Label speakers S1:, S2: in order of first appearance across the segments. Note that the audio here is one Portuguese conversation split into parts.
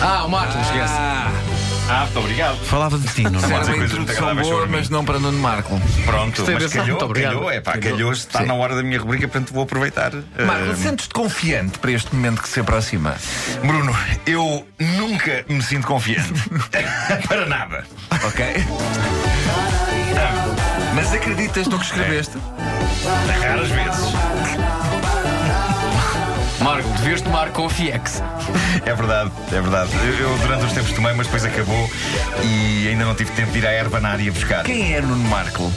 S1: Ah, o Marcos, esquece.
S2: Ah,
S3: Ah, muito obrigado.
S4: Falava de ti, não
S3: Sim.
S4: é?
S3: Pode
S2: era
S3: ser
S2: uma
S3: coisas
S2: introdução
S3: agradáveis
S2: boa,
S3: sobre mim.
S2: mas não para Nuno Marco.
S3: Pronto,
S1: Gostei
S3: mas
S1: dessa.
S3: calhou,
S1: Muito obrigado.
S3: calhou, é pá, calhou,
S1: Calhou.
S3: está
S1: Sim.
S3: na hora da minha rubrica, portanto vou aproveitar.
S2: Marco,
S3: Ah,
S2: sentes-te confiante para este momento que se aproxima?
S3: Bruno, eu nunca me sinto confiante. Para nada.
S2: Ok? Mas acreditas no que escreveste?
S3: É. Raras vezes.
S1: Marco, devias tomar Confiex.
S3: É verdade, é verdade. Eu, eu durante os tempos tomei, mas depois acabou e ainda não tive tempo de ir à herbanária buscar.
S2: Quem é Nuno Marco?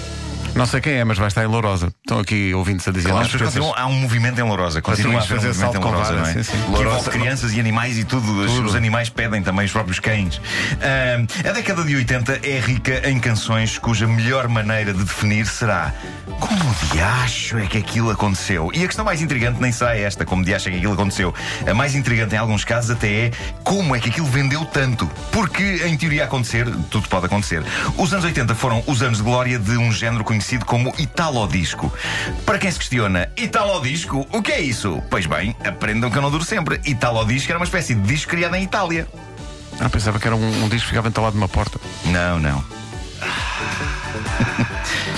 S4: Não sei quem é, mas vai estar em Lourosa. Estão aqui ouvindo-se a dizer
S3: Claro,
S4: lá
S3: as
S4: as
S3: pessoas
S4: coisas.
S3: continuam- há um movimento em Lourosa, continua a haver um
S4: fazer
S3: movimento em
S4: salto com
S3: Lourosa,
S4: vara,
S3: não é?
S4: sim, sim.
S3: Que envolve
S4: Lourosa-
S3: crianças e animais e tudo, os- os animais pedem também, os próprios cães. Ah, a década de 80 é rica em canções cuja melhor maneira de definir será como diacho é que aquilo aconteceu? E a questão mais intrigante nem será esta, como diacho é que aquilo aconteceu. A mais intrigante em alguns casos até é como é que aquilo vendeu tanto? Porque, em teoria, a acontecer, tudo pode acontecer. Os anos 80 foram os anos de glória de um género conhecido como Italodisco. Para quem se questiona, Italodisco, o que é isso? Pois bem, aprendam que eu não duro sempre. Italodisco era uma espécie de disco criado em Itália.
S4: Ah, pensava que era um, um disco que ficava entalado numa porta.
S3: Não, não.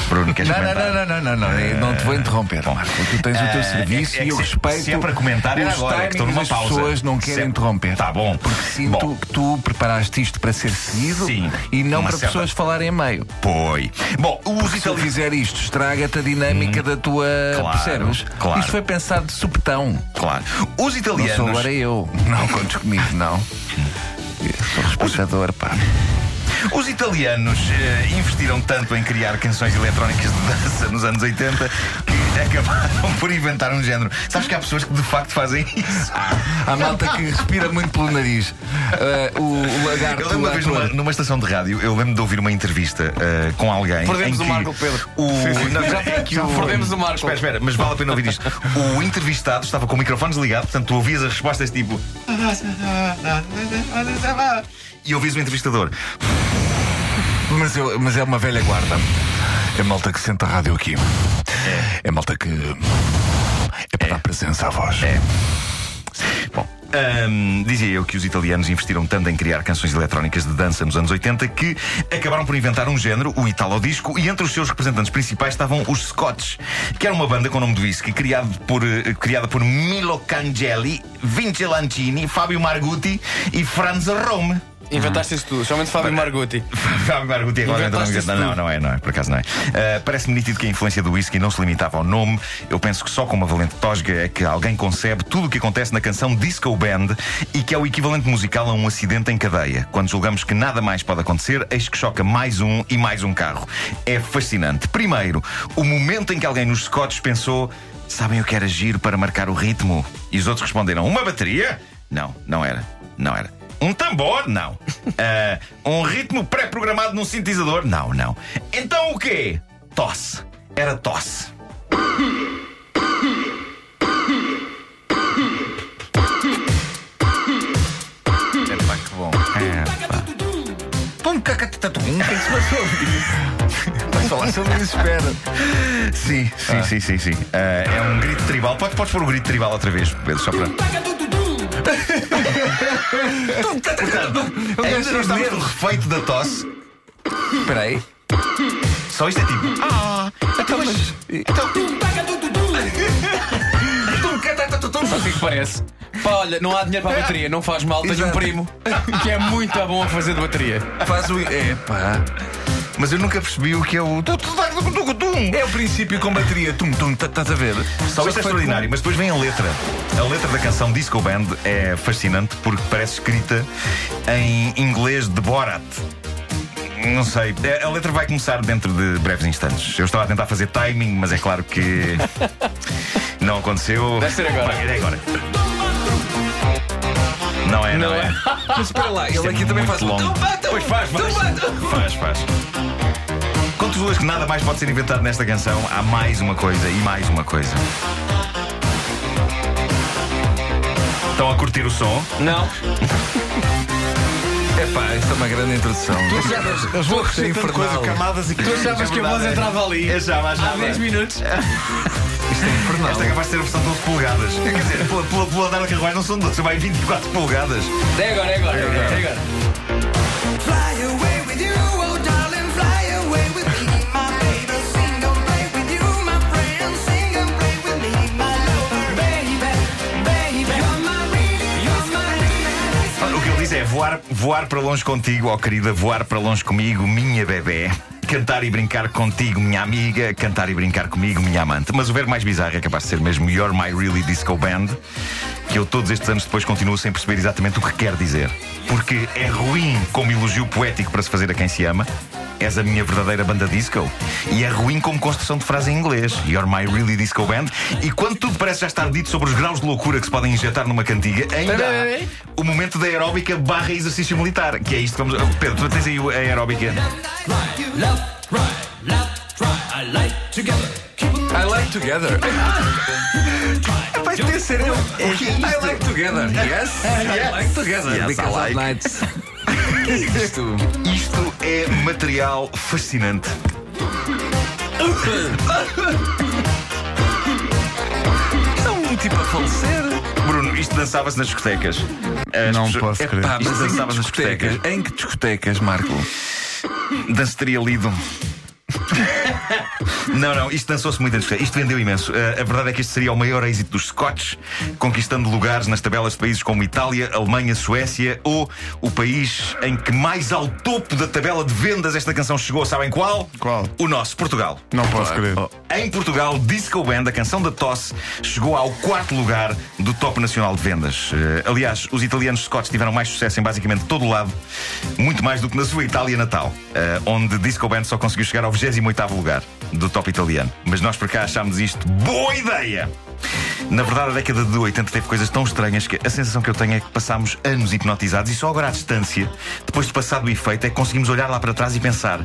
S3: Bruno, queres
S2: Não, não, não,
S3: comentar?
S2: não, não, não, não, eu não te vou interromper,
S3: Bom.
S2: Marco. Tu tens o
S3: Ah,
S2: teu
S3: é-
S2: serviço e
S3: é que
S2: eu
S3: se-
S2: respeito.
S3: se é para comentar, é
S2: os
S3: agora, é que estou
S2: timings das
S3: numa pausa.
S2: pessoas não
S3: Se
S2: querem
S3: é-
S2: interromper.
S3: Tá bom.
S2: Porque sinto
S3: Bom.
S2: que tu preparaste isto para ser seguido
S3: Sim,
S2: e não
S3: uma
S2: para
S3: certa-
S2: pessoas falarem a meio.
S3: Pois. Bom, os
S2: Porque se eu
S3: italianos.
S2: fizer isto, estraga-te a dinâmica da tua.
S3: Claro,
S2: Percebes?
S3: claro.
S2: Isto foi pensado de supetão.
S3: Claro. Os
S2: Não
S3: italianos.
S2: sou agora eu. Não contes comigo, não. Eu sou respeitador, pá.
S3: Os italianos eh, investiram tanto em criar canções eletrónicas de dança nos anos 80 que acabaram por inventar um género. Sabes que há pessoas que de facto fazem isso?
S2: Há malta que respira muito pelo nariz. Ah, o, o lagarto.
S3: Eu lembro uma
S2: o
S3: vez numa,
S2: ator.
S3: numa estação de rádio, eu lembro de ouvir uma entrevista eh, com alguém.
S1: Perdemos
S3: em
S1: o
S3: que
S1: Marco Pedro.
S3: O... Não,
S1: Já-
S3: em que
S1: já perdemos o Marco.
S3: Espera, espera, mas vale a pena ouvir isto. O entrevistado estava com o microfone desligado, portanto tu ouvias as respostas tipo. ah, E ouvias o entrevistador.
S2: Mas, eu- mas é uma velha guarda. É malta que senta a rádio aqui. É, malta que. É para dar presença à voz.
S3: É. Bom, ahm, dizia eu que os italianos investiram tanto em criar canções eletrónicas de dança nos anos 80 que acabaram por inventar um género, o italodisco, e entre os seus representantes principais estavam os Scots, que era uma banda com o nome do whisky, criado por, eh, criada por Milo Cangeli, Vince Lancini, Fábio Margutti e Franz Rome.
S1: Inventaste isso tudo, somente Fábio Margutti.
S3: Fábio Margutti agora entra
S1: Inventaste
S3: no
S1: isso
S3: Não, não,
S1: tudo.
S3: não é, não é, por acaso não é. Ah, Parece-me nítido que a influência do whisky não se limitava ao nome. Eu penso que só com uma valente tosga é que alguém concebe tudo o que acontece na canção Disco Band e que é o equivalente musical a um acidente em cadeia. Quando julgamos que nada mais pode acontecer, eis que choca mais um e mais um carro. É fascinante. Primeiro, o momento em que alguém nos Scots pensou: sabem o que era giro para marcar o ritmo? E os outros responderam: uma bateria? Não, não era. Não era. Um tambor? Não. Ah, um ritmo pré-programado num sintetizador? Não, não. Então o quê? Tosse. Era tosse.
S2: Epá, que bom. Pum, cacatatatum. O que é que se passou? Vais falar sobre isso, espera.
S3: Sim, sim, sim, sim, sim. Ah, é um grito tribal. Podes, podes pôr o grito tribal outra vez, Pedro, só para.
S2: Eu
S3: Ainda
S2: quero
S3: não estamos
S2: saber.
S3: no refeito da tosse.
S2: Espera aí.
S3: Só isto é tipo. Ah, então, mas.
S1: Sabe o que é que parece? Pá, olha, não há dinheiro para a bateria, não faz mal, tenho um
S2: Exato.
S1: primo que é muito bom a fazer de bateria.
S2: Faz o. Epá.
S3: Mas eu nunca percebi o que é o.
S2: É o princípio com bateria. Tum, tum, tá- estás a ver?
S3: Só isto é
S2: que foi-
S3: extraordinário, mas depois vem a letra. A letra da canção Disco Band é fascinante porque parece escrita em inglês de Borat. Não sei, É, a letra vai começar dentro de breves instantes. Eu estava a tentar fazer timing, mas é claro que não aconteceu.
S1: Deve ser agora.
S3: Bem, é agora. Não é, não,
S1: Não é.
S3: é.
S2: Mas espera lá, ele aqui também faz.
S3: longo.
S2: Tum, pá, tum,
S3: Pois faz, faz.
S2: tum, pá, tum.
S3: Faz, faz. Contudo, que nada mais pode ser inventado nesta canção, há mais uma coisa e mais uma coisa. Estão a curtir o som?
S1: Não,
S2: Epá, isto é uma grande introdução.
S4: Eles vão
S2: acrescentando coisa,
S4: camadas e É
S1: Tu achavas que a voz entrava ali
S3: Eu já mais
S1: há 10 minutos?
S3: Esta é capaz de ser a versão 12 polegadas. Quer dizer, pela, pela, pela Dana Carruagem não são 12, são bem 24 polegadas.
S1: É agora, é agora, é agora. É agora.
S5: Fly away with you, oh darling, fly away with me, my baby. Sing and play with you, my friend. Sing and play with me, my lover, baby, baby. You're my reason, you're my reason.
S3: O que ele diz é voar, voar para longe contigo, ó querida, voar para longe comigo, minha bebê. Cantar e brincar contigo, minha amiga. Cantar e brincar comigo, minha amante. Mas o verbo mais bizarro é capaz de ser mesmo You're My Really Disco Band, que eu todos estes anos depois continuo sem perceber exatamente o que quer dizer. Porque é ruim como elogio poético para se fazer a quem se ama. És a minha verdadeira banda disco. E é ruim como construção de frase em inglês. You're my really disco band. E quando tudo parece já estar dito sobre os graus de loucura que se podem injetar numa cantiga, ainda
S1: Pera,
S3: há
S1: pera, pera.
S3: o momento da aeróbica barra exercício militar, que é isto que vamos. Pedro, tu tens aí a aeróbica.
S2: I like together.
S3: Vai ter ser eu.
S2: I like together. Yes? I like together.
S3: Yes, I
S2: because of
S3: like.
S2: nights. Que é isto?
S3: Isto é material fascinante.
S2: É um tipo a falecer.
S3: Bruno, isto dançava-se nas discotecas. As
S4: Não
S3: pessoas- É
S4: posso
S3: Epá,
S4: crer.
S3: Isto
S2: Mas em que
S3: dançava nas discotecas.
S2: discotecas? Em que discotecas, Marco?
S3: Dança teria lido. Não, não, isto dançou-se muito antes. Isto vendeu imenso. Eh, a verdade é que este seria o maior êxito dos Scots, conquistando lugares nas tabelas de países como Itália, Alemanha, Suécia ou o país em que mais ao topo da tabela de vendas esta canção chegou. Sabem qual?
S4: Qual?
S3: O nosso, Portugal.
S4: Não posso crer.
S3: Em Portugal, Disco Band, a canção da tosse, chegou ao quarto lugar do top nacional de vendas. Eh, aliás, os italianos Scots tiveram mais sucesso em basicamente todo o lado, muito mais do que na sua Itália natal, eh, onde Disco Band só conseguiu chegar ao 28º lugar do top italiano. Mas nós por cá achámos isto boa ideia! Na verdade, a década de 80 teve coisas tão estranhas que a sensação que eu tenho é que passámos anos hipnotizados e só agora à distância, depois de passado o efeito, é que conseguimos olhar lá para trás e pensar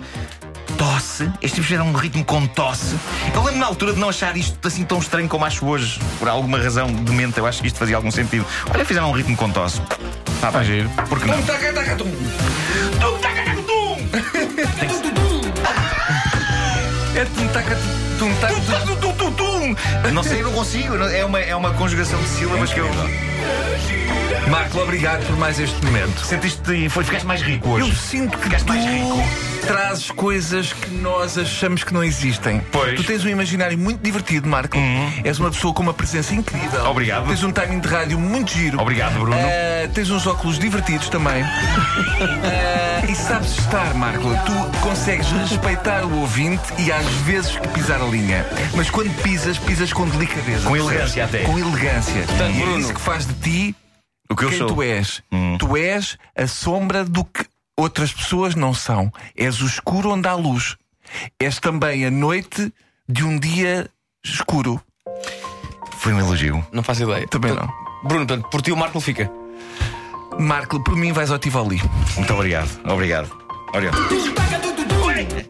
S3: tosse. Estes tipos fizeram um ritmo com tosse. Eu lembro na altura de não achar isto assim tão estranho como acho hoje. Por alguma razão de mente, eu acho que isto fazia algum sentido. Olha, fizeram um ritmo com tosse. Está
S4: Tá giro.
S3: Por que não?
S1: Taca, taca, tum.
S3: Um Tum, taca, taca, tum!
S1: É tum, taca, tum, taca,
S3: Tum, taca, tum, tum, tum, tum! Não sei, eu não consigo. Eu não- É uma, é uma conjugação de sílabas que eu.
S2: Marco, obrigado por mais este momento.
S3: Sentiste. Foi, ficaste mais rico hoje.
S2: Eu sinto que
S3: Ficaste
S2: tu
S3: mais rico.
S2: trazes coisas que nós achamos que não existem.
S3: Pois. Uhum.
S2: Tu tens um imaginário muito divertido, Marco. És uma pessoa com uma presença incrível.
S3: Obrigado.
S2: Tens um timing de rádio muito giro.
S3: Obrigado, Bruno.
S2: Ah, tens uns óculos divertidos também. Ah, e sabes estar, Marco. Tu consegues respeitar o ouvinte e às vezes que pisar a linha. Mas quando pisas, pisas com delicadeza.
S3: Com
S2: percebes?
S3: elegância até.
S2: Com elegância.
S1: Portanto,
S2: e é
S1: Bruno,
S2: isso que faz de ti
S3: O que eu
S2: quem
S3: sou. Hum.
S2: tu és. Tu és a sombra do que outras pessoas não são. És o escuro onde há luz. És também a noite de um dia escuro.
S3: Foi um elogio.
S1: Não faço ideia.
S2: Também
S1: Portanto, Bruno, portanto, por ti o Marco fica.
S2: Marco, por mim vais ao Tivoli.
S3: Muito obrigado. Obrigado. Obrigado.